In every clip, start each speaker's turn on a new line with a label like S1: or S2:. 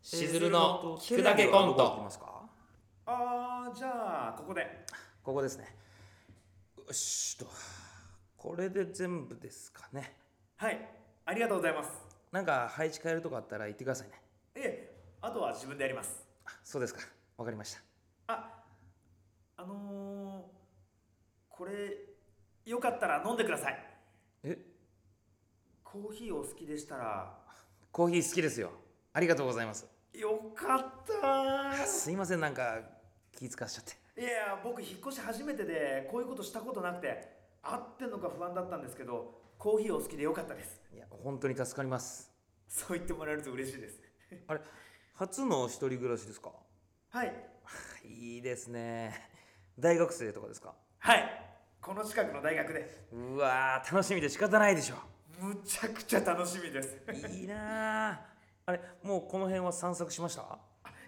S1: しずるの聞くだけコン
S2: どこ行き
S1: ト
S2: ますか
S3: あーじゃあここで
S2: ここですねよしとこれで全部ですかね
S3: はいありがとうございます
S2: なんか配置変えるとかあったら言ってくださいね
S3: ええあとは自分でやります
S2: あそうですかわかりました
S3: ああのー、これよかったら飲んでください
S2: え
S3: コーヒーお好きでしたら
S2: コーヒー好きですよありがとうございます
S3: よかった
S2: あすいませんなんか気遣わしちゃって
S3: いや僕引っ越し初めてでこういうことしたことなくて合ってんのか不安だったんですけどコーヒーお好きでよかったです
S2: いや本当に助かります
S3: そう言ってもらえると嬉しいです
S2: あれ初の一人暮らしですか
S3: はい
S2: いいですね大学生とかですか
S3: はいこの近くの大学で
S2: うわー楽しみで仕方ないでしょ
S3: むちゃくちゃ楽しみです
S2: いいなああれもうこの辺は散策しました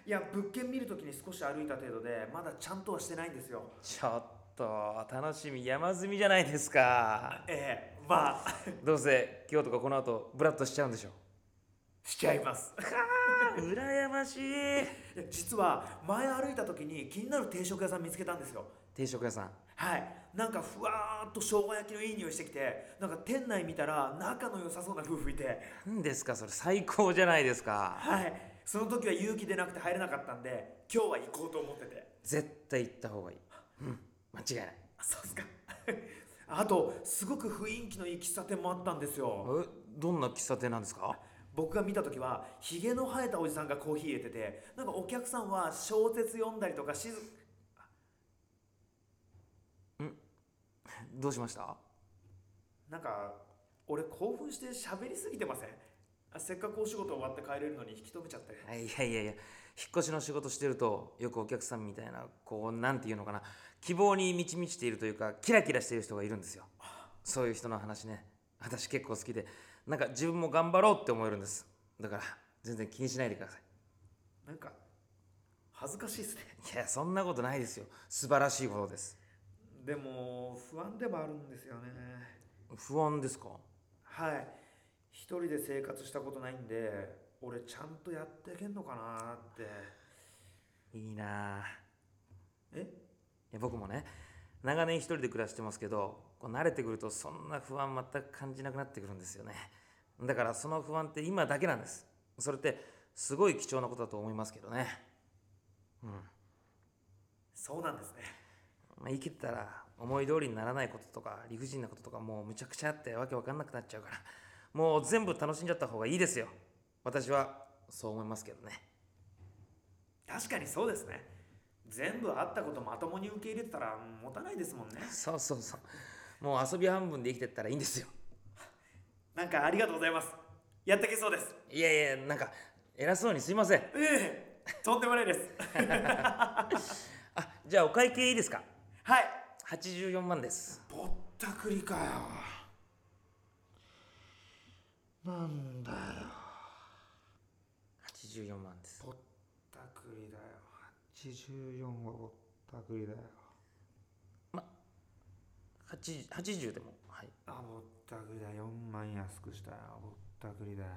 S3: いや物件見るときに少し歩いた程度でまだちゃんとはしてないんですよ
S2: ちょっと楽しみ山積みじゃないですか
S3: ええまあ
S2: どうせ今日とかこの後ブラッとしちゃうんでしょ
S3: しちゃいます
S2: あー羨ましい
S3: いや実は前歩いたときに気になる定食屋さん見つけたんですよ
S2: 定食屋さん
S3: はいなんかふわーっと生姜焼きのいい匂いしてきてなんか店内見たら仲の良さそうな夫婦いて
S2: 何ですかそれ最高じゃないですか
S3: はいその時は勇気出なくて入れなかったんで今日は行こうと思ってて
S2: 絶対行った方がいいうん間違いない
S3: あそうっすか あとすごく雰囲気のいい喫茶店もあったんですよ
S2: えどんな喫茶店なんですか
S3: 僕が見た時はひげの生えたおじさんがコーヒー入れててなんかお客さんは小説読んだりとか静
S2: どうしました
S3: なんか俺興奮して喋りすぎてませんあせっかくお仕事終わって帰れるのに引き止めちゃって
S2: あいやいやいや引っ越しの仕事してるとよくお客さんみたいなこうなんていうのかな希望に満ち満ちているというかキラキラしている人がいるんですよそういう人の話ね私結構好きでなんか自分も頑張ろうって思えるんですだから全然気にしないでください
S3: なんか恥ずかしいですね
S2: いやそんなことないですよ素晴らしいことです
S3: でも不安でもあるんですよね
S2: 不安ですか
S3: はい一人で生活したことないんで俺ちゃんとやっていけんのかなって
S2: いいなあ
S3: え
S2: いや僕もね長年一人で暮らしてますけどこう慣れてくるとそんな不安全く感じなくなってくるんですよねだからその不安って今だけなんですそれってすごい貴重なことだと思いますけどねうん
S3: そうなんですね
S2: まあ生きてたら思い通りにならないこととか理不尽なこととかもうむちゃくちゃあってわけわかんなくなっちゃうからもう全部楽しんじゃった方がいいですよ私はそう思いますけどね
S3: 確かにそうですね全部あったことまともに受け入れてたら持たないですもんね
S2: そうそうそうもう遊び半分で生きてったらいいんですよ
S3: なんかありがとうございますやってけそうです
S2: いやいやなんか偉そうにすいません
S3: ええとんでもないです
S2: あじゃあお会計いいですか
S3: はい
S2: 84万です
S3: ぼったくりかよなんだよ
S2: 84万です
S3: ぼったくりだよ84はぼったくりだよ
S2: 80, 80でもはい
S3: あぼったくりだ4万安くしたよぼったくりだよ